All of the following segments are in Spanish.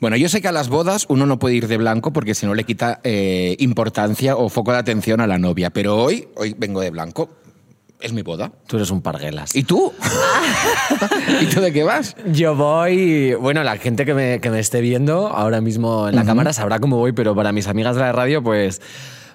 Bueno, yo sé que a las bodas uno no puede ir de blanco porque si no le quita eh, importancia o foco de atención a la novia, pero hoy, hoy vengo de blanco. Es mi boda. Tú eres un parguelas. ¿Y tú? ¿Y tú de qué vas? Yo voy, bueno, la gente que me, que me esté viendo ahora mismo en la cámara sabrá cómo voy, pero para mis amigas de la radio, pues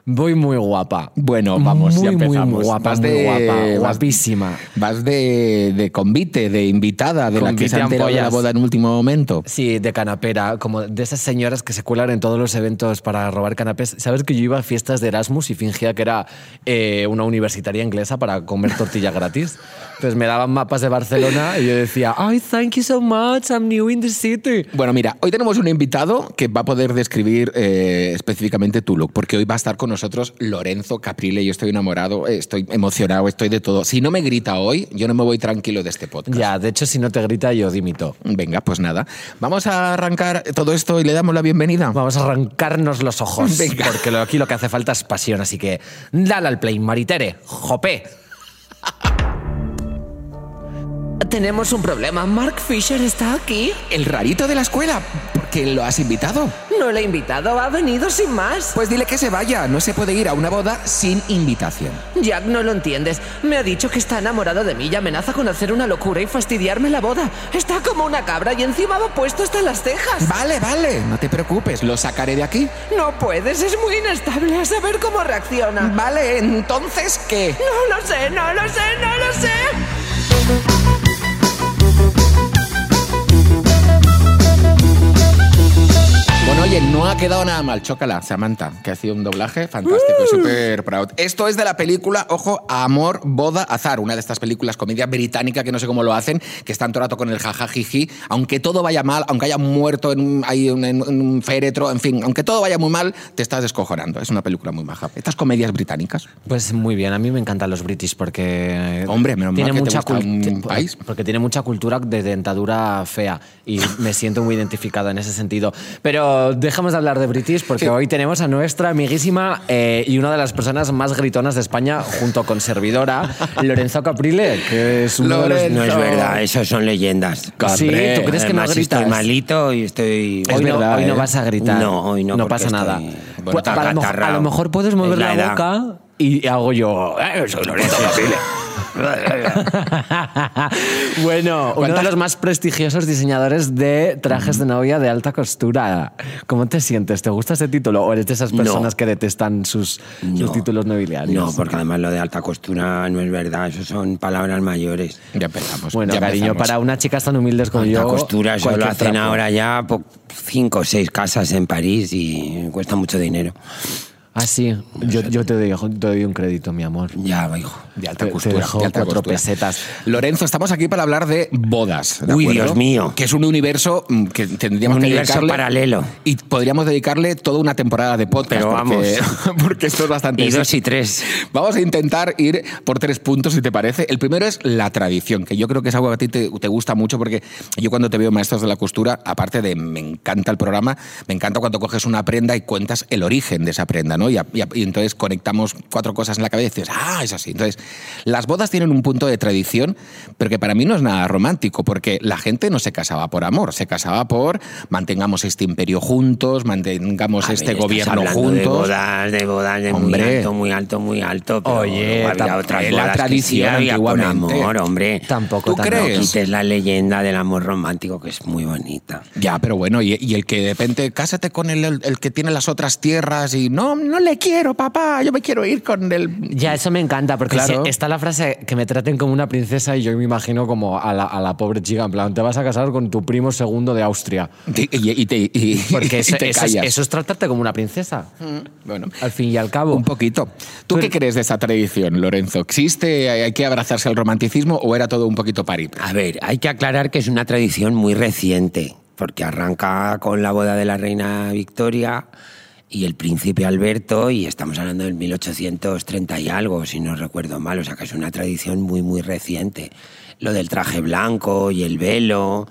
voy muy guapa. Bueno, vamos, muy, ya muy empezamos. guapa, Vas muy de- guapa, vas- guapísima. Vas de, de convite, de invitada, de la que se Convite ha enterado de la ampollas. boda en último momento. Sí, de canapera, como de esas señoras que se cuelan en todos los eventos para robar canapés. ¿Sabes que yo iba a fiestas de Erasmus y fingía que era eh, una universitaria inglesa para comer tortilla gratis? Entonces me daban mapas de Barcelona y yo decía, ¡Ay, thank you so much, I'm new in the city! Bueno, mira, hoy tenemos un invitado que va a poder describir eh, específicamente tu look, porque hoy va a estar con nosotros Lorenzo Caprile. Yo estoy enamorado, eh, estoy emocionado, estoy de todo. Si no me grita hoy, yo no me voy tranquilo de este podcast. Ya, de hecho, si no te grita, yo dimito. Venga, pues nada. Vamos a arrancar todo esto y le damos la bienvenida. Vamos a arrancarnos los ojos, Venga. porque lo- aquí lo que hace falta es pasión, así que dale al play, maritere, jopé. Tenemos un problema. Mark Fisher está aquí. El rarito de la escuela, ¿por qué lo has invitado? No le he invitado, ha venido sin más. Pues dile que se vaya, no se puede ir a una boda sin invitación. Jack, no lo entiendes. Me ha dicho que está enamorado de mí y amenaza con hacer una locura y fastidiarme la boda. Está como una cabra y encima va puesto hasta las cejas. Vale, vale, no te preocupes, lo sacaré de aquí. No puedes, es muy inestable. A saber cómo reacciona. Vale, entonces, ¿qué? No lo sé, no lo sé, no lo sé. Bueno, oye, no ha quedado nada mal. Chócala, Samantha, que ha sido un doblaje fantástico, súper proud. Esto es de la película, ojo, Amor, Boda, Azar, una de estas películas comedia británica que no sé cómo lo hacen, que están todo el rato con el jajajiji. Aunque todo vaya mal, aunque haya muerto en un, ahí en- en un féretro, en fin, aunque todo vaya muy mal, te estás descojonando. Es una película muy maja. Estas comedias británicas. Pues muy bien, a mí me encantan los british porque. Hombre, menos mal que te gusta cult- un país. Porque tiene mucha cultura de dentadura fea y me siento muy identificada en ese sentido. Pero dejamos de hablar de british porque Sí. hoy tenemos a nuestra amiguísima eh, y una de las personas más gritonas de España, junto con servidora, Lorenzo Caprile, que es uno de los. Lorenzo. No es verdad, eso son leyendas. Sí, ¿tú crees que no Además, gritas? Estoy malito y estoy. Hoy, no, verdad, hoy no ¿eh? vas a gritar. No, hoy no, No porque pasa nada. estoy, bueno, Pues, a, lo mejor, a lo acatarrao. mejor puedes mover Es la, la edad. boca y hago yo. "Eh, soy Lorenzo Caprile". bueno, uno de ¿Cuántas- los más prestigiosos diseñadores de trajes de novia de alta costura. ¿Cómo te sientes? ¿Te gusta ese título? ¿O eres de esas No. personas que detestan sus, sus No. títulos nobiliarios? No, porque además lo de alta costura no es verdad, eso son palabras mayores. Ya empezamos. Bueno, ya cariño, empezamos. para unas chicas tan humildes como Alta yo. costura solo cualquier hacen trapo. ahora ya po- cinco o seis casas en París y cuesta mucho dinero. Ah, sí. Yo, yo te, doy, te doy un crédito, mi amor. Ya, hijo. De alta Te- te costura. dejo de alta cuatro costura. pesetas. Lorenzo, estamos aquí para hablar de bodas. ¿de Uy, acuerdo? Dios mío. Que es un universo mm, que tendríamos Un que universo dedicarle. paralelo. Y podríamos dedicarle toda una temporada de podcast. Pero porque, porque esto es bastante. Y dos y tres. Vamos a intentar ir por tres puntos, si te parece. El primero es la tradición, que yo creo que es algo que a ti te, te gusta mucho, porque yo cuando te veo maestros de la costura, aparte de me encanta el programa, me encanta cuando coges una prenda y cuentas el origen de esa prenda, ¿no? Y, a- y a- y entonces conectamos cuatro cosas en la cabeza y dices, ah, es así. Entonces, las bodas tienen un punto de tradición, pero que para mí no es nada romántico, porque la gente no se casaba por amor, se casaba por mantengamos este imperio juntos, mantengamos A ver, este estás gobierno hablando De juntos. bodas, de bodas, de Hombre. muy alto, muy alto, muy alto. Pero Oye, luego había tam- otras eh, la bodas que sí tradición había por antiguamente. amor, hombre. Tampoco ¿Tú tan No crees? quites la leyenda del amor romántico, que es muy bonita. Ya, pero bueno, y, y el que de repente cásate con el, el- el que tiene las otras tierras y no, no le quiero, papá, yo me quiero ir con el. Ya, eso me encanta, porque Claro. si- está la frase que me traten como una princesa y yo me imagino como a la, a la pobre chica, en plan, te vas a casar con tu primo segundo de Austria. Y, y- y te, y- Porque y eso, te eso es, callas. eso es tratarte como una princesa, Bueno, al fin y al cabo. un poquito. ¿Tú qué crees de esa tradición, Lorenzo? ¿Existe? ¿Hay hay que abrazarse al romanticismo o era todo un poquito parito? A ver, hay que aclarar que es una tradición muy reciente, porque arranca con la boda de la reina Victoria y el príncipe Alberto, y estamos hablando del 1830 y algo, si no recuerdo mal, o sea que es una tradición muy, muy reciente. Lo del traje blanco y el velo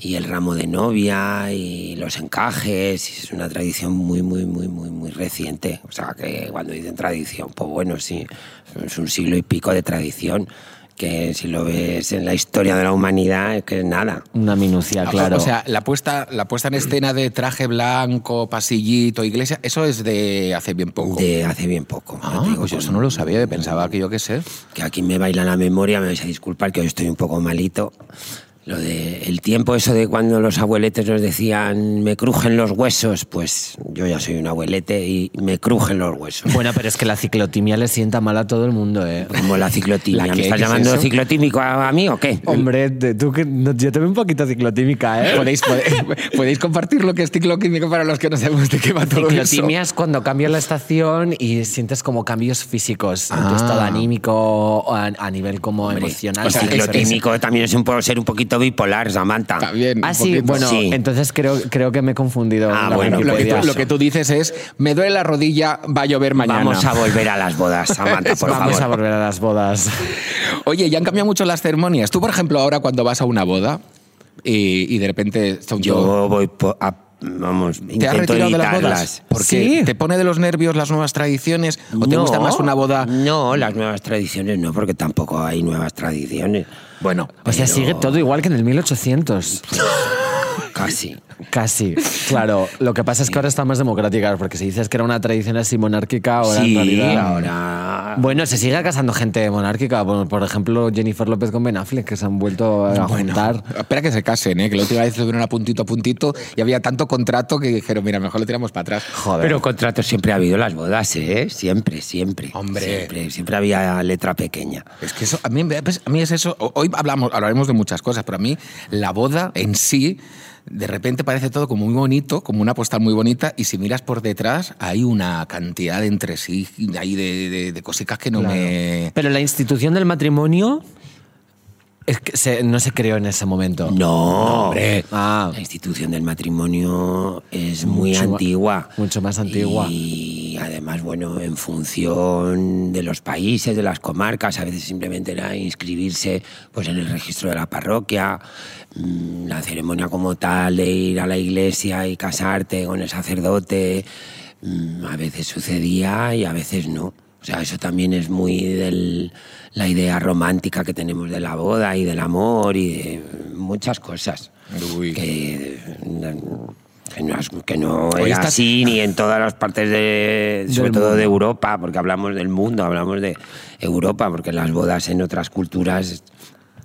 y el ramo de novia y los encajes, y es una tradición muy, muy, muy, muy, muy reciente. O sea que cuando dicen tradición, pues bueno, sí, es un siglo y pico de tradición que si lo ves en la historia de la humanidad, es que es nada. Una minucia, claro. O sea, la puesta, la puesta en escena de traje blanco, pasillito, iglesia, eso es de hace bien poco. De hace bien poco. Ah, ya te pues yo con- eso no lo sabía, pensaba que yo qué sé. que aquí me baila la memoria, me vais a disculpar que hoy estoy un poco malito. Lo de el tiempo, eso de cuando los abueletes nos decían me crujen los huesos, pues yo ya soy un abuelete y me crujen los huesos. bueno, pero es que la ciclotimia le sienta mal a todo el mundo, ¿eh? Como la ciclotimia. ¿La ¿Me qué? estás ¿Qué es llamando eso? ciclotímico a, a mí o qué? Hombre, de- tú que no- yo te veo un poquito ciclotímica, ¿eh? ¿Podéis, pode- podéis compartir lo que es cicloquímico para los que no sabemos de qué va todo eso. Ciclotimia es cuando cambia la estación y sientes como cambios físicos en tu Ah. estado anímico, a, a nivel como emocional. El o sea, ¿sabes? pues ciclotímico también es un po- ser un poquito bipolar, Samantha. También. Ah, un sí, poquito. bueno, Sí. entonces creo, creo que me he confundido. Ah, La bueno, lo, que Wikipedia. tú, lo que tú dices es, me duele la rodilla, va a llover mañana. Vamos a volver a las bodas, Samantha, por Vamos favor. a volver a las bodas. Oye, ya han cambiado mucho las ceremonias. Tú, por ejemplo, ahora cuando vas a una boda y, y de repente son todo- Yo voy po- a- vamos, ¿Te has intento retirado de las evitarlas. bodas? Porque Sí. te pone de los nervios las nuevas tradiciones o te No, gusta más una boda. No, las nuevas tradiciones no, porque tampoco hay nuevas tradiciones. Bueno, O sea, sigue todo igual que en el 1800. Casi. Casi, claro. Lo que pasa es que ahora está más democrática, porque si dices que era una tradición así monárquica, ahora sí, en realidad... ahora. Bueno, se sigue casando gente monárquica. Por, por ejemplo, Jennifer López con Ben Affleck, que se han vuelto a bueno, juntar. espera que se casen, ¿eh? que la última vez estuvieron a puntito a puntito y había tanto contrato que dijeron, mira, mejor lo tiramos para atrás. Joder. Pero contratos siempre ha habido en las bodas, ¿eh? Siempre, siempre. Hombre. Siempre, siempre había letra pequeña. Es que eso, a mí, pues, a mí es eso. O- Hoy hablamos, hablaremos de muchas cosas, pero a mí la boda en sí, de repente parece todo como muy bonito, como una postal muy bonita, y si miras por detrás, hay una cantidad de entre sí, ahí de, de- de cositas que no Claro. me. Pero la institución del matrimonio es que se- no se creó en ese momento. No, hombre. Ah. La institución del matrimonio es muy Mucho ma- antigua. mucho más antigua. Y además, bueno, en función de los países, de las comarcas, a veces simplemente era inscribirse pues, en el registro de la parroquia. Mm, La ceremonia como tal de ir a la iglesia y casarte con el sacerdote, mm, a veces sucedía y a veces no. O sea, eso también es muy de la idea romántica que tenemos de la boda y del amor y de muchas cosas Uy. que, que no, es- que no Hoy era estás- así ni en todas las partes de sobre Del todo de mundo. Europa porque hablamos del mundo hablamos de Europa porque las bodas en otras culturas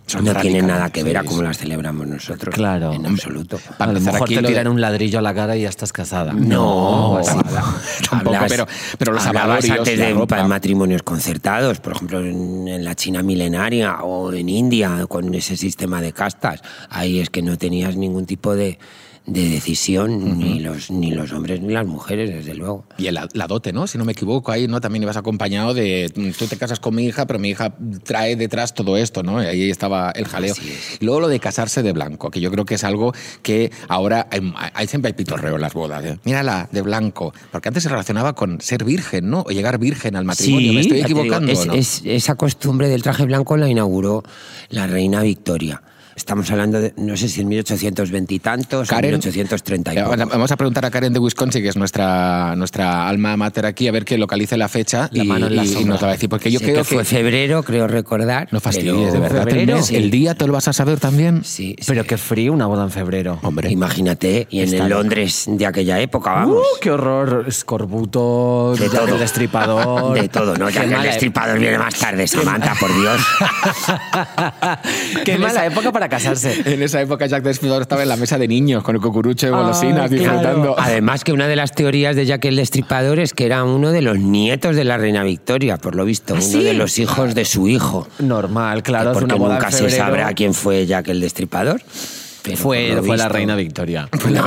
Son no tienen nada que ver a radicales, cómo las celebramos nosotros Claro. en absoluto Para a lo empezar mejor aquí te lo de- tiran un ladrillo a la cara y ya estás casada. No, O así. Tampoco, pero- pero los hablabas abalorios, antes la de ropa. matrimonios concertados, por ejemplo, en, en la China milenaria o en India, con ese sistema de castas. Ahí es que no tenías ningún tipo de, de decisión, ni, los, ni los hombres ni las mujeres, desde luego. Y el- la dote, ¿no? Si no me equivoco, ahí no también ibas acompañado de mm, tú te casas con mi hija, pero mi hija trae detrás todo esto, ¿no? Y ahí estaba el jaleo. Así es. Y luego lo de casarse de blanco, que yo creo que es algo que ahora hay, hay- siempre hay pitorreo en las bodas. ¿eh? Mírala, de blanco. Porque antes se relacionaba con ser virgen, ¿no? O llegar virgen al matrimonio. me estoy ya te digo, equivocando. es- ¿no? es- esa costumbre del traje blanco la inauguró la reina Victoria. Estamos hablando de, no sé si en 1820 y tantos, o en 1830 y Eh, pocos. Vamos a preguntar a Karen de Wisconsin, que es nuestra, nuestra alma mater aquí, a ver que localice la fecha La y, mano en la y- y sombra. nos la va a decir. Porque yo Sé creo que fue febrero, creo recordar. No fastidies, pero- de verdad. El, febrero, mes, sí. el día te lo vas a saber también. Sí, sí. Pero qué frío una boda en febrero. Hombre. Imagínate, y en Está el loco. Londres de aquella época, vamos. Uh, ¡Qué horror! Escorbuto, De Jack todo. el destripador. de todo, ¿no? Qué Ya que el mala- e- destripador viene más tarde, Samantha, por Dios. Qué En mala esa- época para casarse. En esa época Jack Destripador estaba en la mesa de niños con el cucurucho de Ay, golosinas claro. disfrutando. Además que una de las teorías de Jack el Destripador es que era uno de los nietos de la reina Victoria, por lo visto, uno ¿Ah, sí? de los hijos de su hijo. Normal, claro. hace porque una boda en nunca se febrero. sabrá quién fue Jack el Destripador. pero por Fue, lo fue la visto- reina Victoria. No,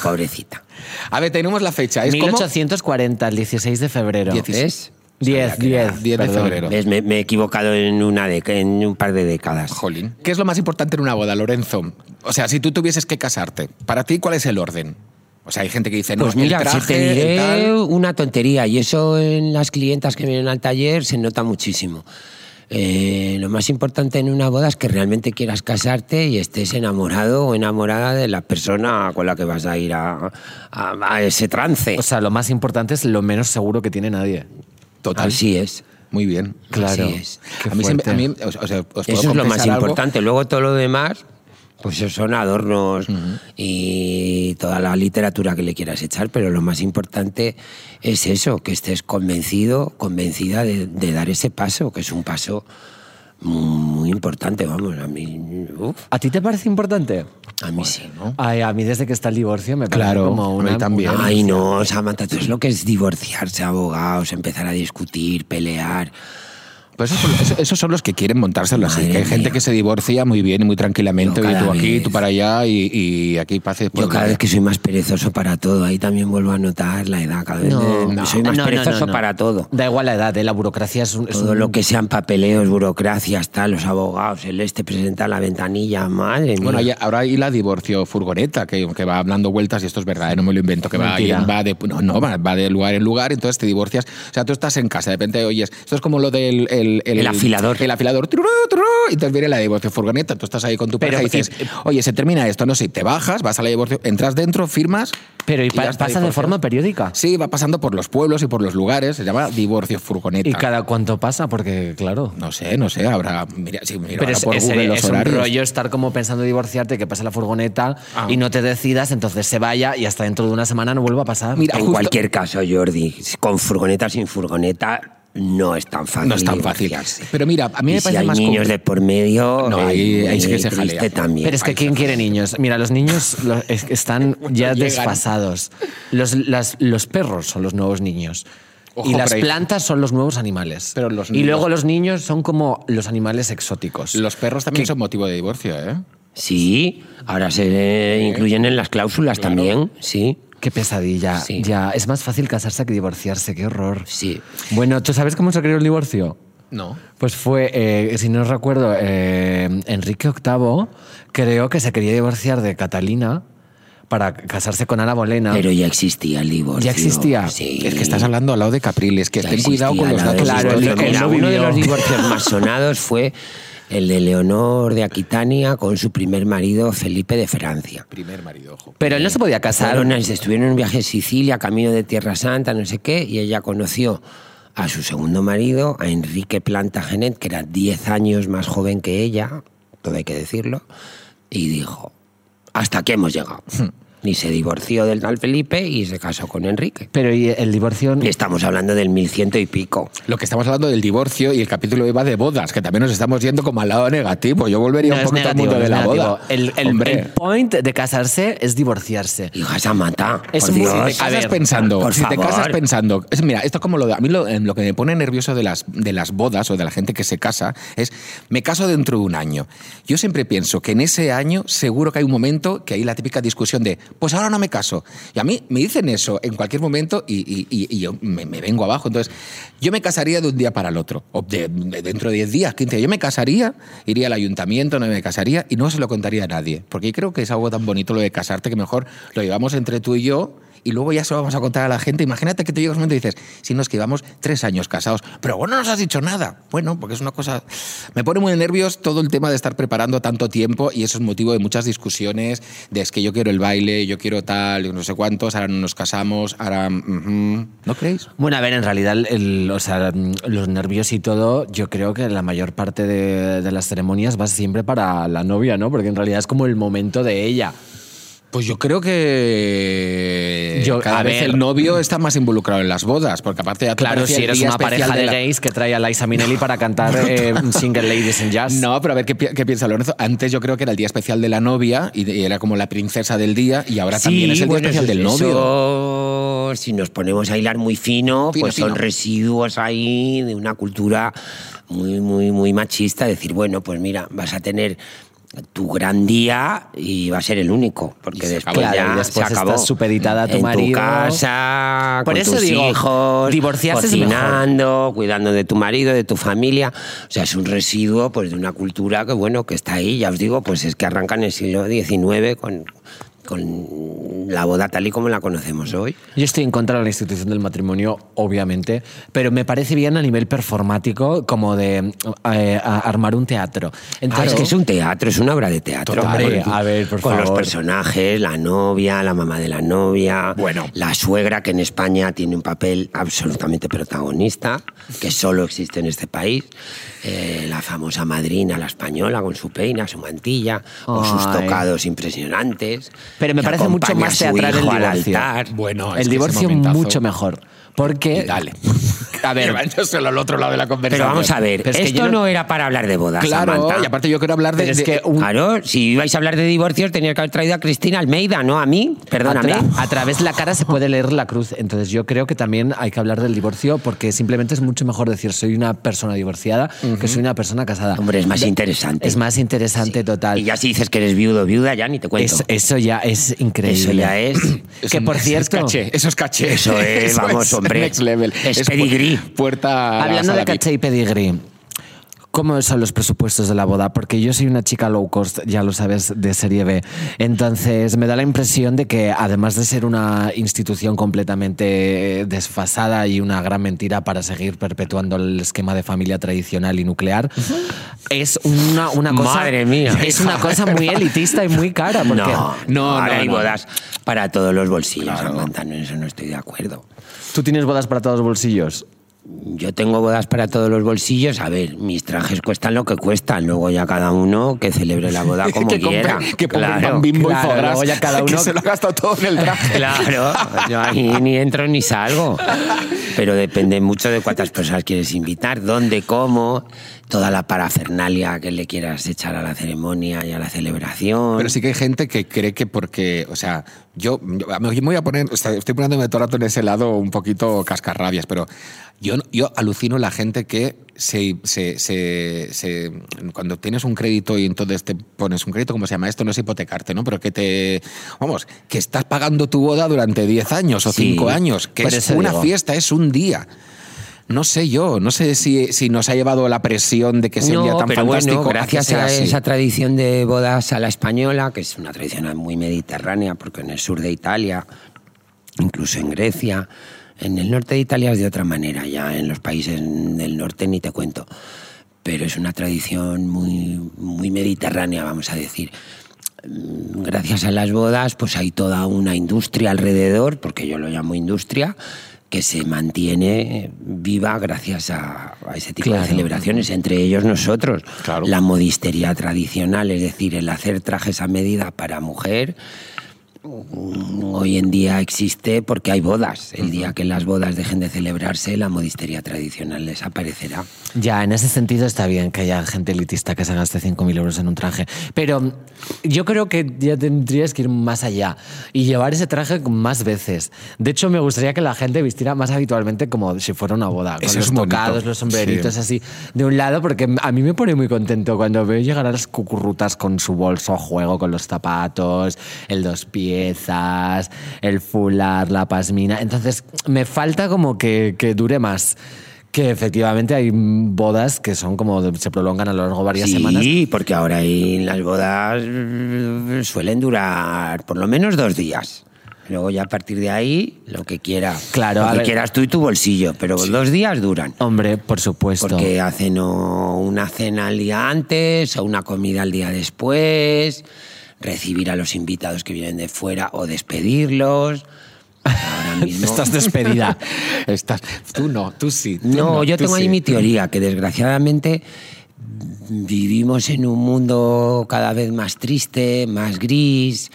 pobrecita. A ver, tenemos la fecha. Es como 1840, el 16 de febrero. ¿Ves? 10, que era 10, 10 de perdón. febrero. ¿Ves? Me, me he equivocado en, una deca- en un par de décadas. Jolín. ¿Qué es lo más importante en una boda, Lorenzo? O sea, si tú tuvieses que casarte, para ti, ¿cuál es el orden? O sea, hay gente que dice, no, Pues el mira, traje, si te el diré tal. una tontería, y eso en las clientas que vienen al taller se nota muchísimo. Eh, lo más importante en una boda es que realmente quieras casarte y estés enamorado o enamorada de la persona con la que vas a ir a, a- a ese trance. Pues, O sea, lo más importante es lo menos seguro que tiene nadie. Total. Así es. Muy bien. Claro. Así es. Qué A mí, siempre- fuerte. a mí, o sea, os- os Pues puedo Eso es lo más confesar algo. importante. Luego todo lo demás, pues eso son adornos y toda la literatura que le quieras echar, pero lo más importante es eso, que estés convencido, convencida de, de dar ese paso, que es un paso muy importante, vamos, a mí, uf, ¿A ti te parece importante? a mí sí. Ay, a mí desde que está el divorcio me parece Claro, como a una... mí también. una- Ay, no, Samantha, tú es lo que es divorciarse, abogados, empezar a discutir, pelear. Pues esos, son- esos- esos son los que quieren montárselo así. Madre Que hay gente mía. que se divorcia muy bien y muy tranquilamente. Yo Oye, tú cada aquí, vez. tú para allá y, y aquí pases. por Yo eh. cada vez que soy más perezoso para todo, ahí también vuelvo a notar la edad. Cada vez No, de- no, soy más no, no, perezoso no, no. para todo. Da igual la edad, ¿eh? la burocracia es un... es Todo un- lo que sean papeleos, burocracias, tal, los abogados, el este presenta la ventanilla, madre mía. Bueno, hay- ahora hay la divorcio furgoneta que, que va dando vueltas y esto es verdad, ¿eh? no me lo invento, que va, Mentira. alguien va de no, no, va, va de lugar en lugar, entonces te divorcias. O sea, tú estás en casa, de repente oyes, esto es como lo del el, El afilador. El afilador, tururú, tururú, y entonces viene la divorcio furgoneta, tú estás ahí con tu Pero, pareja y dices, oye, se termina esto, no sé, te bajas, vas a la divorcio, entras dentro, firmas. Pero y y pa- ya está pasa de divorciado. forma periódica. Sí, va pasando por los pueblos y por los lugares, se llama divorcio furgoneta. ¿Y cada cuánto pasa? Porque, claro... No sé, no sé, habrá. Mira, si miro Pero ahora es, por es- Google los es un horarios. Ah. rollo estar como pensando divorciarte, que pasa la furgoneta y no te decidas, entonces se vaya y hasta dentro de una semana no vuelva a pasar. Mira, en justo- cualquier caso, Jordi, con furgoneta, sin furgoneta, no es tan fácil. No es tan fácil. divorciarse. Pero mira, a mí Y me si parece hay más niños compli- de por medio, eh, No, es ahí- ahí muy sí que se triste jalea. también. Pero es que ¿quién quiere niños? Mira, los niños lo- es que están ya llegan. desfasados. Los, las- los perros son los nuevos niños. Ojo y las por ahí. plantas son los nuevos animales. Pero los y niños- luego los niños son como los animales exóticos. Los perros también son motivo de divorcio, ¿eh? Sí, ahora se eh, incluyen en las cláusulas también, sí. Qué pesadilla. Sí. Ya, es más fácil casarse que divorciarse, qué horror. Sí. Bueno, ¿tú sabes cómo se creó el divorcio? No. Pues fue, eh, si no recuerdo, eh, Enrique VIII creo que se quería divorciar de Catalina para casarse con Ana Bolena. Pero ya existía el divorcio. Ya existía. Sí. Es que estás hablando al lado de Capriles, que Ya ten cuidado existía con los la datos. de- Claro, históricos. el- el Mira, novio. uno de los divorcios más sonados fue el de Leonor de Aquitania con su primer marido Felipe de Francia. Primer marido, ojo. Pero él no se podía casar. Fueron- estuvieron en un viaje a Sicilia, camino de Tierra Santa, no sé qué, y ella conoció a su segundo marido, a Enrique Plantagenet, que era 10 años más joven que ella, todo hay que decirlo, y dijo, hasta aquí hemos llegado. Hmm. Y se divorció del tal Felipe y se casó con Enrique. Pero ¿y el divorcio. Y estamos hablando del 1100 y pico. Lo que estamos hablando del divorcio y el capítulo iba de bodas, que también nos estamos yendo como al lado negativo. Yo volvería no un es poquito al negativo, mundo no de es la negativo. boda. El, el- Hombre, el point de casarse es divorciarse. Hija Samantha, Es por muy- Dios. si te A casas ver, pensando, por si te favor. casas pensando, es- mira, esto como lo de- a mí lo, en lo que me pone nervioso de las de las bodas o de la gente que se casa es me caso dentro de un año. Yo siempre pienso que en ese año seguro que hay un momento que hay la típica discusión de, pues ahora no me caso. Y a mí me dicen eso en cualquier momento y, y- y- y yo me, me vengo abajo. Entonces, yo me casaría de un día para el otro, o de- de dentro de 10 días, 15. Yo me casaría, iría al ayuntamiento, no me casaría y no se lo contaría a nadie, porque creo que es algo tan bonito lo de casarte que mejor lo llevamos entre tú y yo y luego ya se lo vamos a contar a la gente. Imagínate que te llegas un momento y dices, si nos llevamos tres años casados, pero bueno, no nos has dicho nada. Bueno, porque es una cosa... Me pone muy nervios todo el tema de estar preparando tanto tiempo y eso es motivo de muchas discusiones, de es que yo quiero el baile, yo quiero tal, no sé cuántos, ahora no nos casamos, ahora... ujú. ¿No creéis? Bueno, a ver, en realidad, el- o sea, los nervios y todo, yo creo que la mayor parte de, de las ceremonias va siempre para la novia, ¿no? Porque en realidad es como el momento de ella. Pues yo creo que Yo- cada a vez ver. el novio está más involucrado en las bodas, porque aparte ya te Claro, parece si el eres día una especial pareja de, la- gays que trae a Liza Minnelli para cantar eh, Single Ladies in Jazz. No, pero a ver ¿qué, pi- qué piensa Lorenzo. Antes yo creo que era el día especial de la novia y, y era como la princesa del día y ahora también es el día bueno, especial del eso- novio. eso, si nos ponemos a hilar muy fino, Fino, pues son fino. residuos ahí de una cultura muy, muy, muy machista. Decir, bueno, pues mira, vas a tener tu gran día y va a ser el único, porque se después acabó. ya Claro, y después se acabó. estás supeditada a tu en marido. tu casa, Por con eso tus digo, hijos, divorciarse es mejor. cocinando, cuidando de tu marido, de tu familia. O sea, es un residuo pues, de una cultura que, bueno, que está ahí. Ya os digo, pues es que arranca en el siglo XIX con con la boda tal y como la conocemos hoy. Yo estoy en contra de la institución del matrimonio, obviamente, pero me parece bien a nivel performático, como de eh, a- armar un teatro. Ah, Entonces, es que es un teatro, es una obra de teatro. Total, hombre. a ver, por Con los favor. personajes, la novia, la mamá de la novia, Bueno. la suegra, que en España tiene un papel absolutamente protagonista, que solo existe en este país, eh, la famosa madrina, la española, con su peina, su mantilla, o sus Ay. tocados impresionantes. Pero me que parece mucho acompaña a más su teatral el hijo al divorcio. altar. Bueno, es el que ese divorcio momentazo- mucho mejor. Porque. Dale. A ver. Llevándoselo al otro lado de la conversación. Pero vamos a ver, Pero es que esto yo no- no era para hablar de bodas, Claro, Samantha. y aparte yo quiero hablar de... Pero es de- que un- Claro, si ibais a hablar de divorcios, tenía que haber traído a Cristina Almeida, no a mí. Perdóname. Ah, A, tra- a través de la cara se puede leer la cruz. Entonces yo creo que también hay que hablar del divorcio porque simplemente es mucho mejor decir soy una persona divorciada que soy una persona casada. Hombre, es más interesante. Es más interesante total. Y ya si dices que eres viudo o viuda, ya ni te cuento. Es- eso ya es increíble. Eso ya es. es que un- por Eso es cierto, caché, eso es caché. Eso es, vamos, hombre. Next level. Es pu- pedigrí. Puerta hablando de caché caché y pedigrí, ¿cómo son los presupuestos de la boda? Porque yo soy una chica low cost, ya lo sabes, de serie B. Entonces me da la impresión de que además de ser una institución completamente eh, desfasada y una gran mentira para seguir perpetuando el esquema de familia tradicional y nuclear, es una, una cosa... Madre mía. Es una cosa muy elitista y muy cara. Porque No, no, No, ahora no, hay no. bodas para todos los bolsillos, Samantha, no, en eso no estoy de acuerdo. ¿Tú tienes bodas para todos los bolsillos? Yo tengo bodas para todos los bolsillos. A ver, mis trajes cuestan lo que cuestan. Luego ya cada uno que celebre la boda como que compre- quiera. que ponga un Claro, pan bimbo claro, y fogras, luego ya cada que uno- se lo ha gastado todo en el traje. Claro, yo ahí ni entro ni salgo. Pero depende mucho de cuántas personas quieres invitar, dónde, cómo, toda la parafernalia que le quieras echar a la ceremonia y a la celebración. Pero sí que hay gente que cree que porque, o sea, yo, yo me voy a poner, o sea, estoy poniéndome todo el rato en ese lado un poquito cascarrabias, pero yo, no- yo alucino la gente que se, se- se- se- cuando tienes un crédito y entonces te pones un crédito, ¿cómo se llama esto? No es hipotecarte, ¿no? Pero que te, vamos, que estás pagando tu boda durante 10 años o Sí, 5 años, que por es eso una digo. fiesta, es un día. No sé yo, no sé si, si nos ha llevado la presión de que sea un día tan pero fantástico. Bueno, que gracias sea a así. esa tradición de bodas a la española, que es una tradición muy mediterránea, porque en el sur de Italia, incluso en Grecia, en el norte de Italia es de otra manera, ya en los países del norte ni te cuento. Pero es una tradición muy, muy mediterránea, vamos a decir. Mm, Gracias a las bodas, pues hay toda una industria alrededor, porque yo lo llamo industria, que se mantiene viva gracias a, a ese tipo de Claro. celebraciones, entre ellos nosotros. Claro. La modistería tradicional, es decir, el hacer trajes a medida para mujer, mm, hoy en día existe porque hay bodas. El día que las bodas dejen de celebrarse, la modistería tradicional desaparecerá. Ya, en ese sentido está bien que haya gente elitista que se gaste 5.000 euros en un traje. Pero yo creo que ya tendrías que ir más allá y llevar ese traje más veces. De hecho, me gustaría que la gente vistiera más habitualmente como si fuera una boda. Con Eso los es bonito. tocados, los sombreritos, Sí. así. De un lado, porque a mí me pone muy contento cuando veo llegar a las cucurrutas con su bolso a juego, con los zapatos, el dos piezas, el fular, la pasmina. Entonces, me falta como que, que dure más. Que efectivamente hay bodas que son como de- se prolongan a lo largo de varias sí, semanas. porque ahora ahí las bodas mm, suelen durar por lo menos dos días. Luego ya a partir de ahí, lo que quiera. Claro, lo a que ver. quieras tú y tu bolsillo, pero dos días duran. Hombre, por supuesto. Porque hacen o una cena al día antes o una comida al día después, recibir a los invitados que vienen de fuera o despedirlos. Ahora mismo... Estás despedida. Estás, tú no, tú sí. tú No, yo tú tengo ahí sí. mi teoría, que desgraciadamente vivimos en un mundo cada vez más triste, más gris,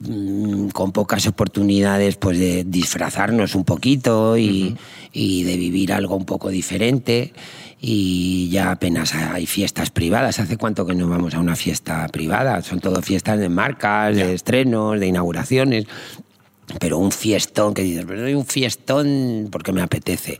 mm, con pocas oportunidades pues, de disfrazarnos un poquito y, y de vivir algo un poco diferente. Y ya apenas hay fiestas privadas. ¿Hace cuánto que no vamos a una fiesta privada? Son todo fiestas de marcas, de estrenos, de inauguraciones pero un fiestón que dices, pero doy un fiestón porque me apetece.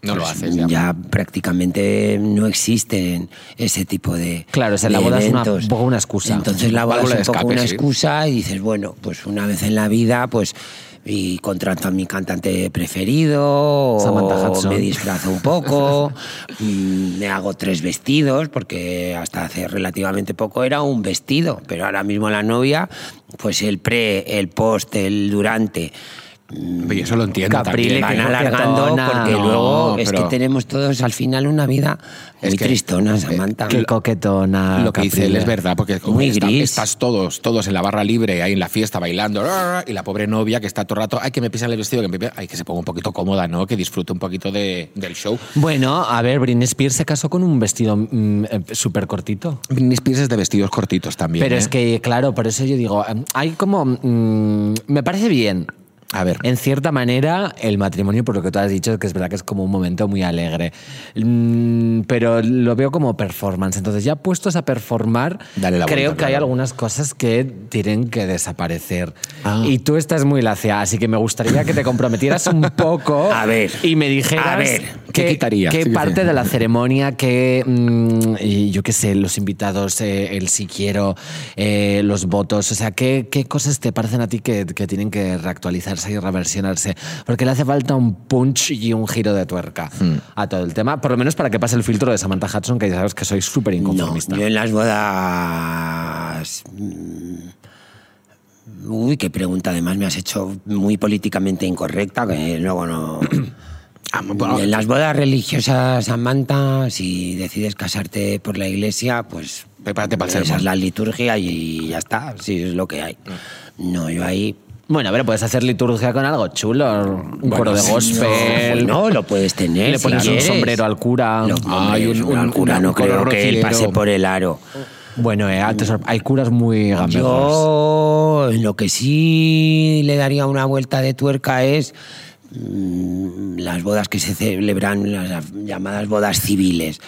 No lo haces, Pues Ya. ya. prácticamente no existen ese tipo de. Claro, o sea, de la boda es una- eventos. un poco una excusa. Entonces la boda Válvula de es un poco escape, una sí. excusa y dices, bueno, pues una vez en la vida, pues y contrato a mi cantante preferido, Samantha o Hudson. me disfrazo un poco, mm, me hago tres vestidos, porque hasta hace relativamente poco era un vestido, pero ahora mismo la novia, pues el pre, el post, el durante. Pero yo eso lo entiendo Caprile, también. Van que alargando coquetona. porque No, luego es que pero- tenemos todos al final una vida Es muy que- tristona, Samantha. Qué coquetona. lo que dice él Caprile. es verdad, porque Muy está- gris. estás todos, todos en la barra libre, ahí en la fiesta bailando, ra, ra, y la pobre novia que está todo el rato, ay, que me pisan el vestido, que me pisan- ay, que se ponga un poquito cómoda, ¿no? Que disfrute un poquito de- del show. Bueno, a ver, Britney Spears se casó con un vestido mm, eh, súper cortito. Britney Spears es de vestidos cortitos también. Pero ¿eh? es que, claro, por eso yo digo, em, hay como... mm, me parece bien. A ver. En cierta manera, el matrimonio, por lo que tú has dicho, que es verdad que es como un momento muy alegre. Mm, pero lo veo como performance. Entonces, ya puestos a performar, Dale la creo vuelta, que hay claro. algunas cosas que tienen que desaparecer. Ah. Y tú estás muy lacia, así que me gustaría que te comprometieras un poco A ver. y me dijeras A ver. ¿Qué quitarías? qué Sí, sí. parte de la ceremonia, que mm, y yo qué sé, los invitados, eh, el si quiero, eh, los votos, o sea, ¿qué, qué cosas te parecen a ti que, que tienen que reactualizarse y reversionarse? Porque le hace falta un punch y un giro de tuerca Hmm. a todo el tema, por lo menos para que pase el filtro de Samantha Hudson, que ya sabes que soy súper No, inconformista. yo en las bodas. mm, Uy, qué pregunta. Además, me has hecho muy políticamente incorrecta, que luego no. Ah, bueno, En las bodas religiosas, Samantha, si decides casarte por la iglesia, pues. Prepárate para el esa es sermón. la liturgia y ya está, si es lo que hay. Mm. No, yo ahí. Bueno, a ver, puedes hacer liturgia con algo chulo, un coro de sí, gospel, No, lo puedes tener. le si pones un quieres. sombrero al cura. No, Ay, hombre, un- un- al cura un- no un creo que él rociero. pase por el aro. Bueno, eh, te sor- hay curas muy gamberros. Yo en lo que sí le daría una vuelta de tuerca es mm, las bodas que se celebran, las llamadas bodas civiles.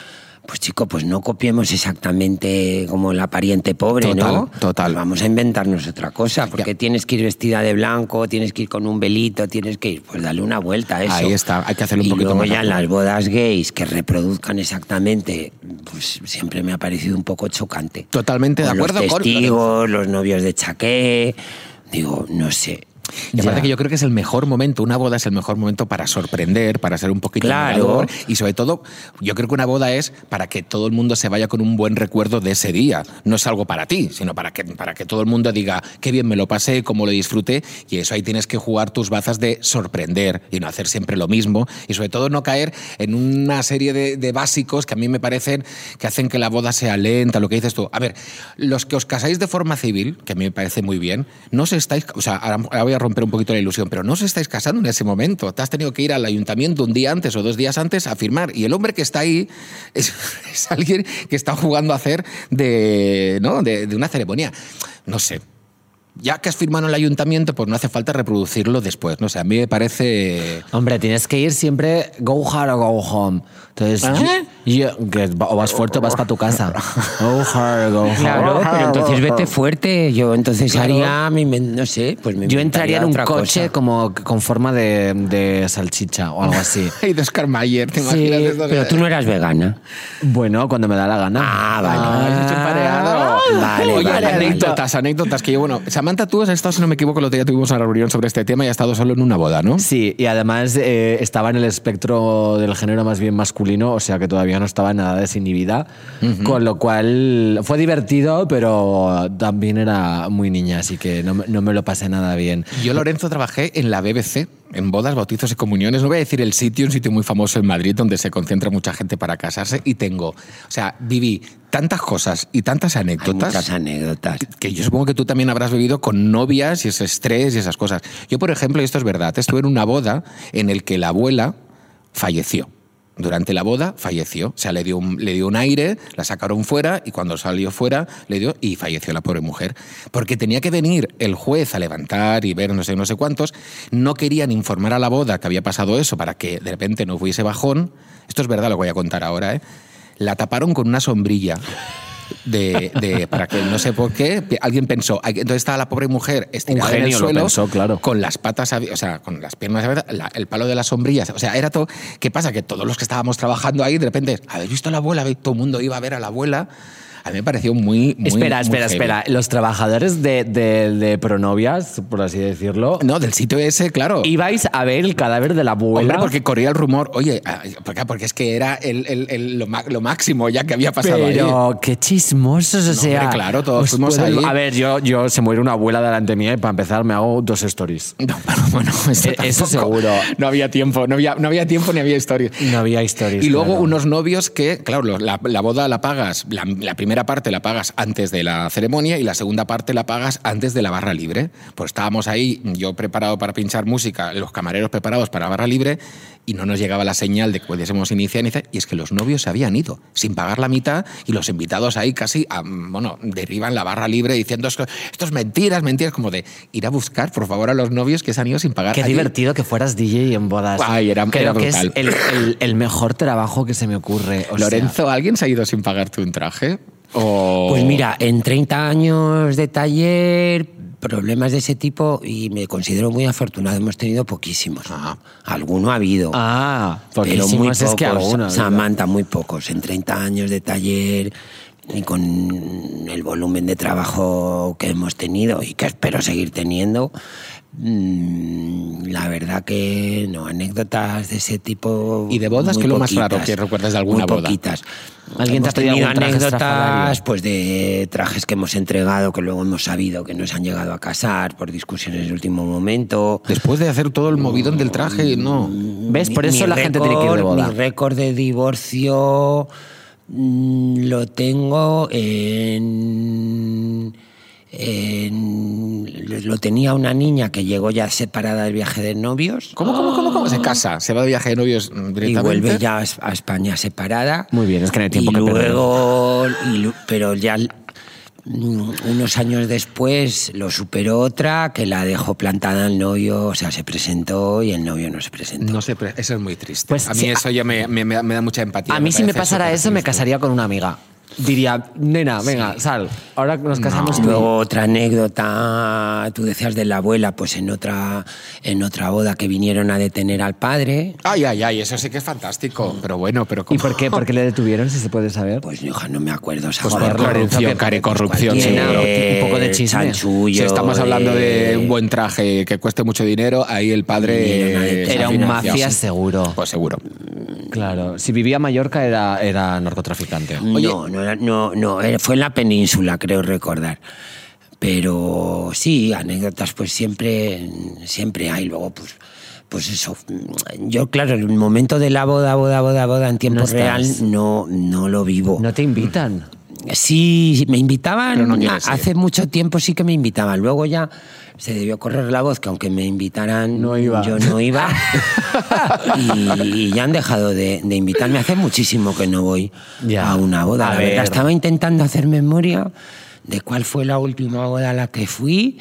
Pues chico, pues no copiemos exactamente como la pariente pobre, Total, ¿no? Pues total. Vamos a inventarnos otra cosa, porque Ya. tienes que ir vestida de blanco, tienes que ir con un velito, tienes que ir, pues dale una vuelta a eso. Ahí está, hay que hacerlo un Y poquito luego más ya en rápido. las bodas gays que reproduzcan exactamente, pues siempre me ha parecido un poco chocante. Totalmente de Con acuerdo los con lo que testigos, los novios de chaqué. Digo, no sé. Y aparte Ya. que yo creo que es el mejor momento, una boda es el mejor momento para sorprender, para ser un poquito Claro. innovador. y sobre todo, yo creo que una boda es para que todo el mundo se vaya con un buen recuerdo de ese día. No es algo para ti, sino para que, para que todo el mundo diga qué bien me lo pasé, cómo lo disfruté, y eso ahí tienes que jugar tus bazas de sorprender y no hacer siempre lo mismo, y sobre todo no caer en una serie de, de básicos que a mí me parecen que hacen que la boda sea lenta, lo que dices tú. A ver, los que os casáis de forma civil, que a mí me parece muy bien, no os estáis, o sea, ahora ahora voy a romper un poquito la ilusión, pero no os estáis casando en ese momento. Te has tenido que ir al ayuntamiento un día antes o dos días antes a firmar. Y el hombre que está ahí es, es alguien que está jugando a hacer de, ¿no? de, de una ceremonia. No sé. Ya que has firmado en el ayuntamiento, pues no hace falta reproducirlo después. No sé, a mí me parece. Hombre, tienes que ir siempre go hard o go home. Entonces, ¿Eh? yo- yo- que va- o vas fuerte o vas para tu casa. Go hard go home. Claro, pero entonces vete fuerte. Yo entonces Claro. haría, me inven- no sé, pues me Yo entraría inventaría en un otra coche cosa. como con forma de, de salchicha o algo así. Ay, de Oscar Mayer, ¿te Sí, imaginas? Esto? Pero tú no eras vegana. Bueno, cuando me da la gana. Ah, vale. Ah, estoy pareado. Vale, Oye, vale, vale. anécdotas, anécdotas que yo, bueno, Samantha, tú has estado, si no me equivoco, el otro día tuvimos una reunión sobre este tema y has estado solo en una boda, ¿no? Sí, y además eh, estaba en el espectro del género más bien masculino, o sea que todavía no estaba nada desinhibida, con lo cual fue divertido, pero también era muy niña, así que no, me- no me lo pasé nada bien. Yo, Lorenzo, trabajé en la BBC, en bodas, bautizos y comuniones. No voy a decir el sitio, un sitio muy famoso en Madrid donde se concentra mucha gente para casarse y tengo, o sea, viví tantas cosas y tantas Hay muchas anécdotas anécdotas. que yo supongo que tú también habrás vivido con novias y ese estrés y esas cosas. Yo, por ejemplo, y esto es verdad, estuve en una boda en el que la abuela falleció. Durante la boda falleció, o sea, le dio, un, le dio un aire, la sacaron fuera y cuando salió fuera le dio y falleció la pobre mujer. Porque tenía que venir el juez a levantar y ver no sé, no sé cuántos, no querían informar a la boda que había pasado eso para que de repente no fuese bajón. Esto es verdad, lo voy a contar ahora, ¿eh? La taparon con una sombrilla de, de- para que no sé por qué pe- alguien pensó "Ay, entonces estaba la pobre mujer estirada Un en el genio lo suelo pensó, claro. con las patas abi- o sea con las piernas abiertas la- el palo de las sombrillas o sea era todo qué pasa que todos los que estábamos trabajando ahí de repente habéis visto a la abuela Habéis- todo el mundo iba a ver a la abuela a mí me pareció muy. muy espera, muy espera, heavy. espera. Los trabajadores de, de- de pronovias, por así decirlo, No, del sitio ese, claro. ibais a ver el cadáver de la abuela. Hombre, porque corría el rumor, oye, ah, porque- porque es que era el- el- el- lo, ma- lo máximo ya que había pasado ahí. pero qué chismosos, o sea. hombre, claro, todos os fuimos puedo- ahí. A ver, yo, yo se muere una abuela delante mía y para empezar me hago dos stories. No, pero bueno, esto Eh, eso tampoco. seguro. No había tiempo, no había, no había tiempo ni había historia. No había stories. Y luego claro. unos novios que, claro, lo- la, la boda la pagas, la, la primera parte la pagas antes de la ceremonia y la segunda parte la pagas antes de la barra libre. Pues estábamos ahí, yo preparado para pinchar música, los camareros preparados para la barra libre y no nos llegaba la señal de que pudiésemos iniciar, iniciar, y es que los novios se habían ido sin pagar la mitad y los invitados ahí casi, ah, bueno, derivan la barra libre diciendo "Es que esto es mentiras, mentiras, como de ir a buscar, por favor, a los novios que se han ido sin pagar. Qué Allí- divertido que fueras DJ en bodas. Ay, era- Creo era que es brutal. el, el- el mejor trabajo que se me ocurre. o sea, Lorenzo, ¿alguien se ha ido sin pagarte un traje? O... Pues mira, en 30 años de taller, problemas de ese tipo, y me considero muy afortunado, hemos tenido poquísimos. Ah. Alguno ha habido. Ah, pero muy poquísimos pocos. es que alguno. Samantha, muy pocos. En 30 años de taller y con el volumen de trabajo que hemos tenido y que espero seguir teniendo, mm, la verdad que no, anécdotas de ese tipo. ¿Y de bodas? muy ¿Qué es lo más poquitas, raro que recuerdas de alguna muy boda? poquitas. ¿Alguien te ha Hemos pedido tenido algún traje anécdotas estrafalario? pues de trajes que hemos entregado, que luego hemos sabido que nos han llegado a casar por discusiones de último momento. Después de hacer todo el movidón del traje, no. ¿Ves? Por eso la gente tiene que ir de récord- boda. Mi récord de divorcio mm, lo tengo en, en- Lo tenía una niña que llegó ya separada del viaje de novios ¿Cómo, cómo, cómo, cómo? Se casa, se va de viaje de novios mm, y directamente. vuelve ya a, a España separada. Muy bien, es que no hay tiempo y que perder. luego, y lu- Pero ya l- mm, unos años después lo superó otra que la dejó plantada al novio, o sea, se presentó y el novio no se presentó. No sé, pero eso es muy triste. Pues a mí sí, eso ya me, me- me da- me da mucha empatía. A mí si me parece pasara eso me súper triste. casaría con una amiga. Diría, nena, venga, sal. Ahora nos casamos tú y yo". Luego otra anécdota, tú decías de la abuela, pues en otra, en otra boda que vinieron a detener al padre. Ay, ay, ay, eso sí que es fantástico. Pero bueno, pero como... ¿Y por qué? ¿Por qué le detuvieron, si se puede saber? Pues hija, no me acuerdo. esa Pues boda. por corrupción, care corrupción, Cualquier Nena, señor. un poco de chisme. chanchullo, eh, Si estamos hablando de de- un buen traje que cueste mucho dinero, ahí el Dinero, nadie padre... se te- ha Era un financiado. mafia seguro. Pues seguro. Claro. Si vivía en Mallorca era, era narcotraficante. No, no, era- no, no, eh, fue en la península, creo recordar. Pero sí, anécdotas pues siempre, siempre hay. Luego, pues, pues eso. Yo, claro, el momento de la boda, boda, boda, boda en tiempo No estás. real no, no lo vivo. No te invitan. Sí, me invitaban. Pero no a- quieres ir. hace mucho tiempo sí que me invitaban. Luego ya se debió correr la voz que aunque me invitaran, No iba. yo no iba. y, y ya han dejado de, de invitarme. Hace muchísimo que no voy Ya. a una boda. A la verdad, ver. estaba intentando hacer memoria de cuál fue la última boda a la que fui.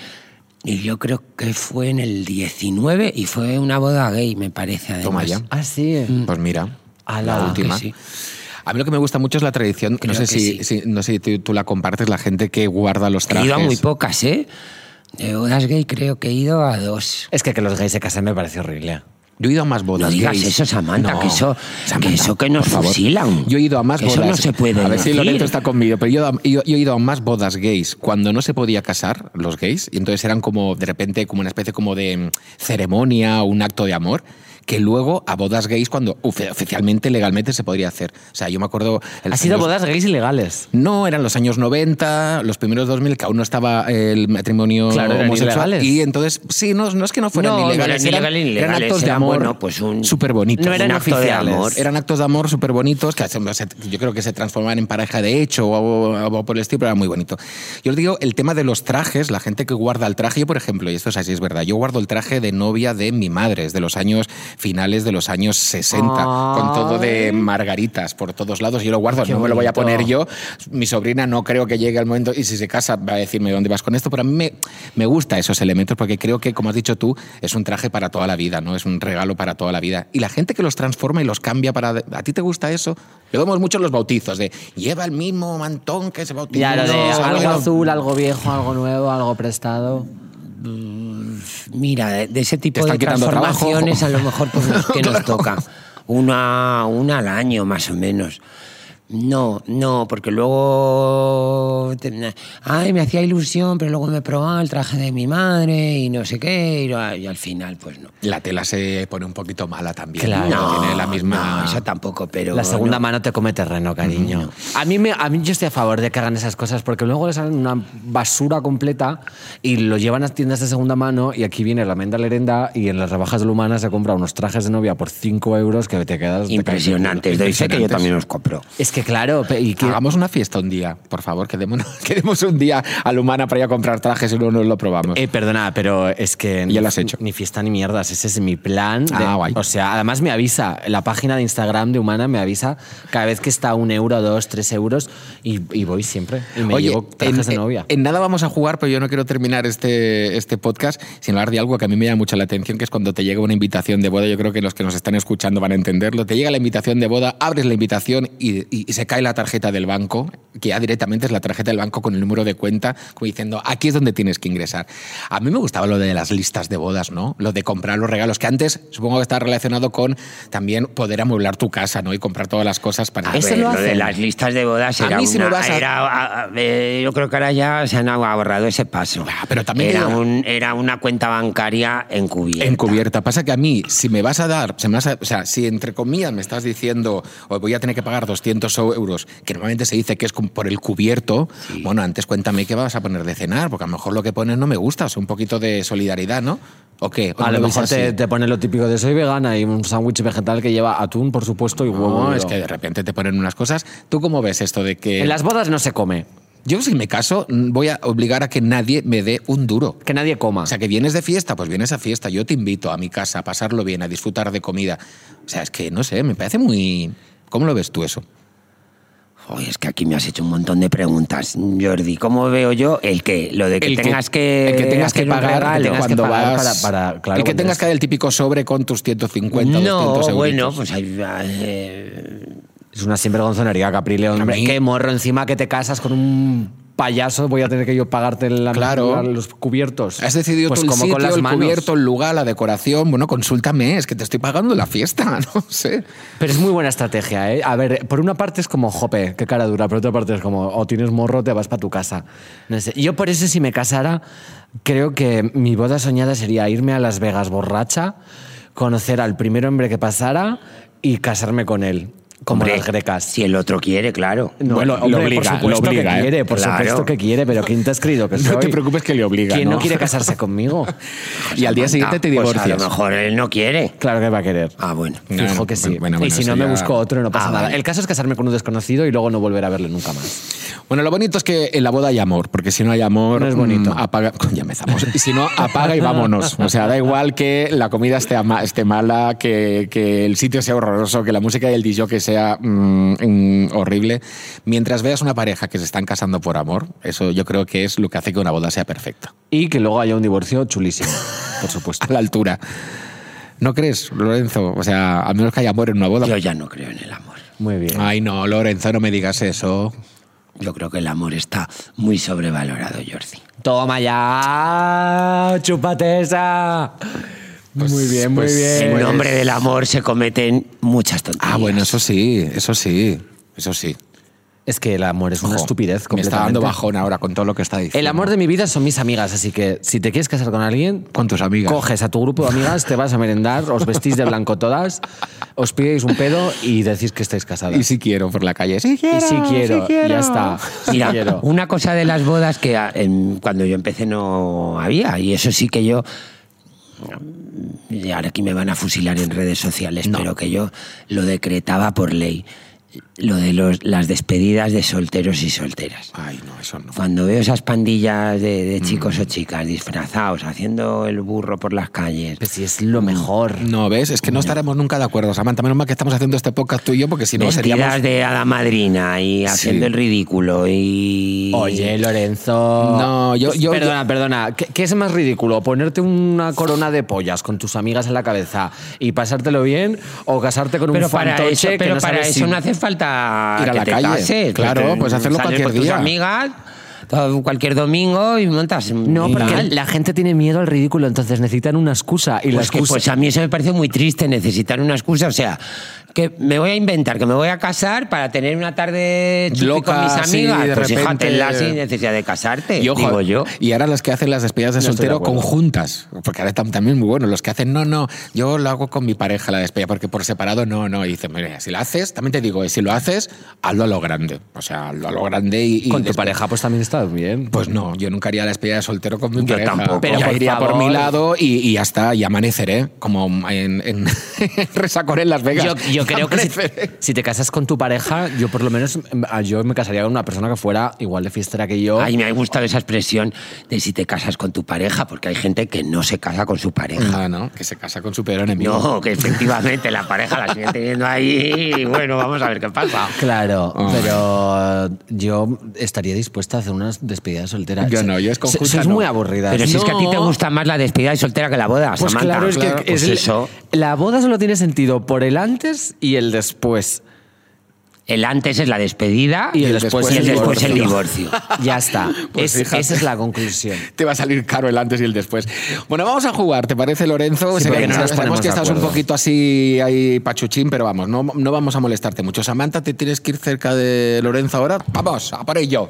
Y yo creo que fue en el 19 y fue una boda gay, me parece. Además. Toma ya. Ah, sí. Pues mira, Ala, la última. que sí. Ah, A mí lo que me gusta mucho es la tradición. Creo no sé que si, sí. si- no sé si tú, tú la compartes, la gente que guarda los He trajes. ido a muy pocas, ¿eh? De bodas gay creo que he ido a dos. Es que que los gays se casen me parece horrible. Yo he ido a más bodas. No digas gays. eso, Samantha, No. que eso, Samantha, que eso que nos por favor. fusilan. Yo he ido a más Que bodas. Eso no se puede. A ver si decir. Lorenzo está conmigo, pero yo, he ido a- yo- yo he ido a más bodas gays cuando no se podía casar los gays y entonces eran como de repente como una especie como de mm, ceremonia o un acto de amor que luego a bodas gays cuando ofe- oficialmente legalmente se podría hacer. O sea, yo me acuerdo el- Ha sido los- bodas gays ilegales. No, eran los años 90, los primeros 2000, que aún no estaba el matrimonio Claro, eran homosexual. ilegales. Y entonces, sí, no, no es que no fueran No, no ilegales, eran eran, ilegales, eran actos de eran, amor bueno, pues un- súper bonitos. No eran un acto de oficiales. amor. Eran actos de amor súper bonitos, que hacen- se- yo creo que se transformaban en pareja de hecho o algo- algo por el estilo, pero era muy bonito. Yo les digo, el tema de los trajes, la gente que guarda el traje, yo por ejemplo, y esto es así, es verdad, yo guardo el traje de novia de mi madre, es de los años finales de los años 60, con todo de margaritas por todos lados, yo lo guardo, Qué no me lo voy a bonito. poner yo, mi sobrina no creo que llegue al momento, y si se casa va a decirme dónde vas con esto, pero a mí me, me gusta esos elementos porque creo que, como has dicho tú, es un traje para toda la vida, ¿no? Es un regalo para toda la vida. Y la gente que los transforma y los cambia para... ¿A ti te gusta eso? Lo vemos mucho en los bautizos, de lleva el mismo mantón que se bautizó. Ya, lo de No, algo no. azul, algo viejo, algo nuevo, algo prestado. Mira, de, de ese Te tipo están de quitando trabajo. pues, transformaciones a lo mejor pues, nos- que nos toca. Una, una al año, más o menos. No, no, porque luego. te- Ay, me hacía ilusión, pero luego me probaba el traje de mi madre y no sé qué, y, no- y al final, pues no. La tela se pone un poquito mala también. Claro. No tiene la misma. No, eso tampoco, pero. La segunda no. mano te come terreno, cariño. A, mí me, a mí yo estoy a favor de que hagan esas cosas porque luego les salen una basura completa y lo llevan a tiendas de segunda mano y aquí viene la menda lerenda y en las rebajas de la humana se compra unos trajes de novia por 5 euros que te quedas... te caes de culo. Impresionantes. Doy fe que yo Impresionantes. también los compro. Es que claro, pe- y que- Hagamos una fiesta un día, por favor, quedémonos, quedemos un día a la humana para ir a comprar trajes y luego nos lo probamos. Eh, perdona, pero es que. Ya lo has hecho. Ni fiesta ni mierdas. Ese es mi plan. de- Ah, guay. O sea, además me avisa. La página de Instagram de Humana me avisa cada vez que está un euro, dos, tres euros. Y, y voy siempre. Y me llevo trajes de novia. en nada vamos a jugar, pero yo no quiero terminar este, este podcast sin hablar de algo que a mí me llama mucho la atención, que es cuando te llega una invitación de boda. Yo creo que los que nos están escuchando van a entenderlo. Te llega la invitación de boda, abres la invitación y, y- y se cae la tarjeta del banco, que ya directamente es la tarjeta del banco con el número de cuenta, como diciendo, aquí es donde tienes que ingresar. A mí me gustaba lo de las listas de bodas, ¿no? Lo de comprar los regalos, que antes supongo que está relacionado con también poder amueblar tu casa, ¿no? Y comprar todas las cosas para... A ver, lo, de las listas de bodas A era, mí si me una- vas a- era, a- a- eh, yo creo que ahora ya se han ahorrado ese paso. Ah, pero también era, era- un- era una cuenta bancaria encubierta. Encubierta. Pasa que a mí, si me vas a dar, se me vas a- o sea, si entre comillas me estás diciendo, "Oh, voy a tener que pagar 200 euros, que normalmente se dice que es con- por el cubierto, bueno, antes cuéntame qué vas a poner de cenar, porque a lo mejor lo que pones no me gusta, o sea, un poquito de solidaridad, ¿no? ¿O qué? ¿O A no lo lo ves mejor te, así? te pone lo típico de soy vegana y un sándwich vegetal que lleva atún, por supuesto, y huevo. No, duro. es que eh, de repente te ponen unas cosas. ¿Tú cómo ves esto de que.? En las bodas no se come. Yo, si me caso, mm, voy a obligar a que nadie me dé un duro. Que nadie coma. O sea, que vienes de fiesta, pues vienes a fiesta. Yo te invito a mi casa a pasarlo bien, a disfrutar de comida. O sea, es que no sé, me parece muy. ¿Cómo lo ves tú eso? Joder, es que aquí me has hecho un montón de preguntas, Jordi. ¿Cómo veo yo el que lo de que El tengas que, el que tengas que hacer un pagar regalo? tengas que cuando pagar vas. para- para- claro, el que cuando tengas es- que dar el típico sobre con tus 150, 200 no, euros. bueno, pues hay, eh, Es una sinvergonzonería, Caprileón. A Hombre, mí- qué morro. Encima que te casas con un payaso, voy a tener que yo pagarte la, Claro. la- los cubiertos. Has decidido pues tú el como sitio, con las el manos. cubierto, el lugar, la decoración. Bueno, consúltame, es que te estoy pagando la fiesta, no sé. Pero es muy buena estrategia, ¿eh? A ver, por una parte es como, jope, qué cara dura, pero otra parte es como, o tienes morro, te vas para tu casa. No sé. Yo por eso, si me casara, creo que mi boda soñada sería irme a Las Vegas borracha, conocer al primer hombre que pasara y casarme con él, como hombre, las grecas. Si el otro quiere, claro. No, Bueno, lo, hombre, lo obliga, por supuesto lo obliga, que ¿eh? quiere, por Claro. supuesto que quiere, pero ¿quién te has creído que soy? No te preocupes que le obliga. ¿Quién no ¿no? quiere casarse conmigo? Y al día siguiente te Pues divorcias. a lo mejor él no quiere. Claro que va a querer. Ah, bueno. No, Fijo no, que sí. bueno, bueno, y bueno, si no, eso me ya- busco otro y no pasa Ah, nada. vale. El caso es casarme con un desconocido y luego no volver a verle nunca más. Bueno, lo bonito es que en la boda hay amor, porque si no hay amor, No es bonito. mm, apaga, ya empezamos. Y si no, apaga y vámonos. O sea, da igual que la comida esté, ama- esté mala, que, que el sitio sea horroroso, que la música del DJ que sea mm, mm, horrible. Mientras veas una pareja que se están casando por amor, eso yo creo que es lo que hace que una boda sea perfecta. Y que luego haya un divorcio chulísimo, por supuesto. A la altura. ¿No crees, Lorenzo? O sea, al menos que haya amor en una boda. Yo ya no creo en el amor. Muy bien. Ay, no, Lorenzo, no me digas eso. Yo creo que el amor está muy sobrevalorado, Jordi. Toma ya, chúpate esa. Pues- muy bien, muy pues- bien. En Pues- nombre del amor se cometen muchas tonterías. Ah, bueno, eso sí, eso sí, eso sí. Es que el amor es una Ojo, estupidez Me está dando completamente. bajón ahora con todo lo que está diciendo. El amor de mi vida son mis amigas, así que si te quieres casar con alguien, Con tus amigas. Coges a tu grupo de amigas, te vas a merendar, os vestís de blanco todas, os pidáis un pedo y decís que estáis casadas. Y si quiero por la calle. Sí quiero. Y sí quiero, quiero. ya está. Sí Mira, quiero. una cosa de las bodas que ah, en- cuando yo empecé no había, y eso sí que yo. Y ahora aquí me van a fusilar en redes sociales, pero que yo lo decretaba por ley. Lo de los- las despedidas de solteros y solteras. Ay, no, eso no. Cuando veo esas pandillas de, Mm. de chicos o chicas disfrazados, haciendo el burro por las calles. Pues si es lo mejor. No, ¿ves? Es que no estaremos nunca de acuerdo, Samantha. Menos mal que estamos haciendo este podcast tú y yo, porque si no vestidas seríamos... de hada madrina y haciendo el ridículo y. Oye, Lorenzo. No, yo- yo- Perdona, perdona. ¿Qué, qué es más ridículo? ¿Ponerte una corona de pollas con tus amigas en la cabeza y pasártelo bien? ¿O casarte con pero un para fantoche eso, que pero no para sabes eso si- no hace falta Ir a que la te calle. cases. Claro, Porque pues hacerlo sales cualquier con día. tus amigas, todo- cualquier domingo y montas. un No, porque tal. la gente tiene miedo al ridículo, entonces necesitan una excusa. Y la Pues, que- excusa. pues a mí eso me parece muy triste, necesitar una excusa. O sea, que me voy a inventar, que me voy a casar para tener una tarde chupi Loca, con mis así, amigas. de pues repente. fíjate, la sin necesidad de casarte, Y ojo, digo yo. Y ahora las que hacen las despedidas de No estoy de soltero acuerdo. conjuntas, porque ahora tam- también es muy bueno, los que hacen, no, no, yo lo hago con mi pareja la despedida, porque por separado no, no. Y dicen, mira, si lo haces, también te digo, eh, si lo haces, hazlo a lo grande. O sea, hazlo a lo grande y. y con tu después- pareja, pues también está bien. Pues no, yo nunca haría la despedida de soltero con mi Yo pareja. tampoco. Pero Pero ya por iría por favor. mi lado y, y ya está, y amaneceré, como en, en Resacor en Las Vegas. Yo, yo creo que si, Amaneceré. si te casas con tu pareja, yo por lo menos mm, yo me casaría con una persona que fuera igual de fiestera que yo. Ay, me ha gustado esa expresión de si te casas con tu pareja, porque hay gente que no se casa con su pareja. No, Ah, no, que se casa con su peor enemigo. No, que efectivamente la pareja la sigue teniendo ahí y bueno, vamos a ver qué pasa. Claro, Oh. pero yo estaría dispuesta a hacer unas despedidas solteras. Yo no, yo es So- conjunta, Sois no. muy aburridas. Pero si es que a ti te No. gusta más la despedida de soltera que la boda, Pues Samantha. claro, es que es Pues el- eso. la boda solo tiene sentido por el antes y el después. El antes es la despedida Y el después y el el después el divorcio. Ya está. Pues Es- fíjate. esa es la conclusión. Te va a salir caro el antes y el después. Bueno, vamos a jugar, ¿te parece, Lorenzo? Sí, Sé porque que no nos sabemos ponemos que de estás un acuerdo. poquito así ahí pachuchín, pero vamos, no, no vamos a molestarte mucho. Samantha, te tienes que ir cerca de Lorenzo ahora. Vamos, a por ello.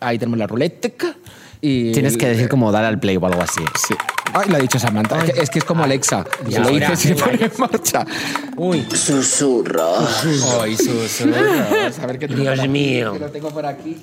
Ahí tenemos la ruletica y... Tienes que decir como dar al play o algo así. Sí. Ay, lo ha dicho Samantha. Es que es, que es como Alexa. Se lo ahora. dices y se pone en marcha. Uy, Susurro. Ay, susurros. A ver qué tengo Dios por aquí, mío. que lo tengo por aquí.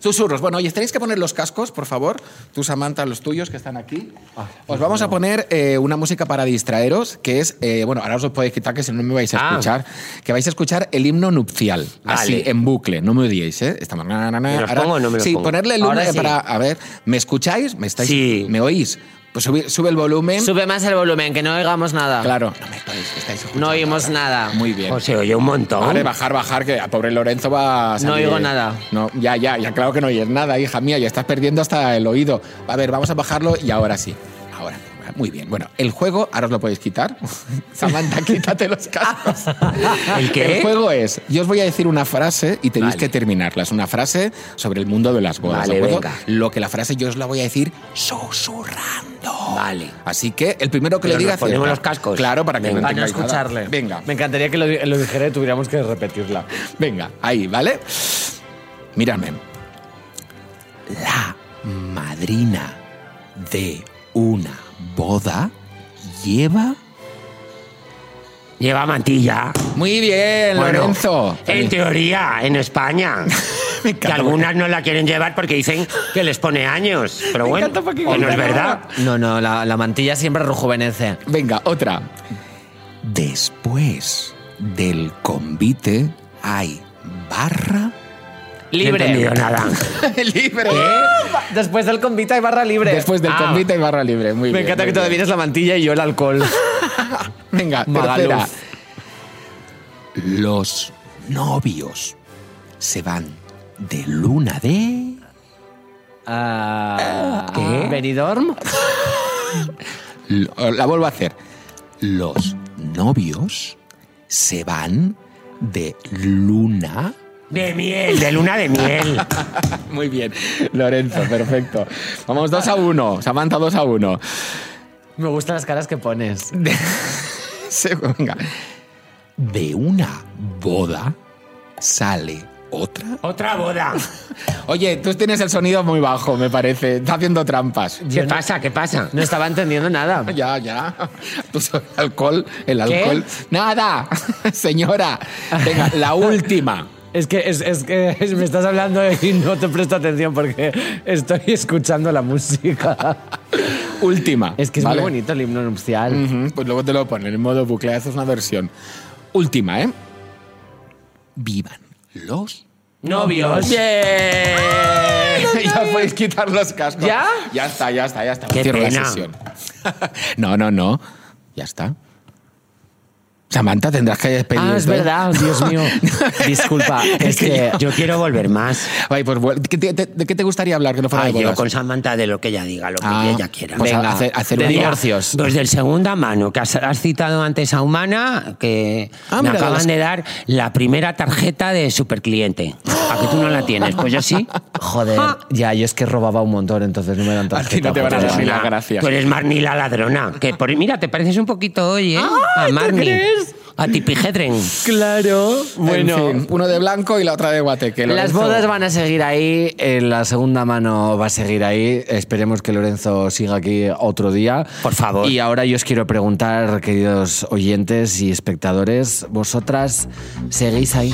Susurros. Bueno, oye, tenéis que poner los cascos, por favor. Tú, Samantha, los tuyos que están aquí. Ah, Os vamos a poner eh, una música para distraeros, que es, eh, bueno, ahora os lo podéis quitar, que si no me vais a Ah. escuchar, que vais a escuchar el himno nupcial. Así, Vale. en bucle. No me odiéis, ¿eh? Estamos... na, na, na. ¿Me los Ahora- pongo o no me los Sí, pongo? ponerle el Ahora himno, eh, sí. para... A ver, ¿me escucháis? ¿Me estáis? Sí. ¿Me oís? Pues sube, sube el volumen. Sube más el volumen, que no oigamos nada. Claro. No me estáis, estáis escuchando. No oímos nada. Muy bien. O se oye un montón. Vale, bajar, bajar, que a pobre Lorenzo va a No salir- oigo nada. No, ya, ya, ya, claro que no oyes nada, hija mía, ya estás perdiendo hasta el oído. A ver, vamos a bajarlo y ahora sí. Ahora, muy bien. Bueno, el juego, ahora os lo podéis quitar. Samantha, quítate los cascos. ¿El qué? El juego es, yo os voy a decir una frase y tenéis Vale. que terminarla. Es una frase sobre el mundo de las bodas, Vale, ¿de acuerdo? venga. Lo que la frase yo os la voy a decir susurrando. Vale. Así que el primero que Pero le diga... nos ponemos acierta. los cascos. Claro, para que Venga. no para no tengáis nada. escucharle. Venga. Me encantaría que lo, di- lo dijera y tuviéramos que repetirla. Venga, ahí, ¿vale? Mírame. La madrina de una boda lleva. Lleva mantilla. Muy bien, Bueno, Lorenzo. En teoría, en España. eh, Me que encanta. algunas no la quieren llevar porque dicen que les pone años. Pero bueno, encanta porque que no es cuenta verdad. No, no, la, la mantilla siempre rejuvenece. Venga, otra. Después del convite hay barra No he entendido Libre. nada. libre. Después del convite hay barra libre. Eh, Después del Ah, convite hay barra libre. Muy Me bien, encanta muy que todavía bien. es la mantilla y yo el alcohol. Venga, Magaluf. tercera. Los novios se van de luna de. Ah, ¿Benidorm? Lo- La vuelvo a hacer. Los novios se van de luna. De miel, de luna de miel. Muy bien, Lorenzo, perfecto. Vamos dos a uno. Samantha dos a uno. Me gustan las caras que pones. Se- venga. De una boda sale otra. Otra boda. Oye, tú tienes el sonido muy bajo, me parece. Está haciendo trampas. ¿Qué pasa? ¿Qué pasa? No estaba entendiendo nada. Ya, ya. Tú sabes, el alcohol, el alcohol. Nada, señora. Venga, la última. Es que, es, es que me estás hablando y no te presto atención porque estoy escuchando la música. Última. Es que es ¿vale? muy bonito el himno nupcial. Ujú, Pues luego te lo ponen en modo bucle, haces una versión. Última, ¿eh? Vivan los. Novios. ya podéis quitar los cascos. ¿Ya? Ya está, ya está, ya está. Qué Cierro la pena. sesión. no, no, no. Ya está. Samantha, tendrás que despedirte. Ah, es verdad, Dios mío. Disculpa, es que Yo quiero volver más. Ay, pues, bueno, ¿qué te- te- ¿De qué te gustaría hablar que no fuera Ay, de bodas? yo con Samantha de lo que ella diga, lo que Ah, ella quiera. pues a- hacer- hacer de un- divorcios. Pues del segunda mano, que has, has citado antes a Humana, que Ah, me mira, de acaban las- de dar la primera tarjeta de supercliente. A que tú no la tienes, pues yo sí. Joder, ya, yo es que robaba un montón, entonces Ah. no me dan ti tarjeta. no te van a joder. dar ni Marnila, las gracias. Tú eres Marnila ladrona. Que por, mira, te pareces un poquito hoy, ¿eh? Ah, a Marni. A ti Pijedren. Claro. uh, Bueno, En fin, uno de blanco y la otra de guateque. Las Lorenzo. bodas van a seguir ahí, eh, la segunda mano va a seguir ahí. Esperemos que Lorenzo siga aquí otro día. Por favor. Y ahora yo os quiero preguntar, queridos oyentes y espectadores, ¿vosotras seguís ahí?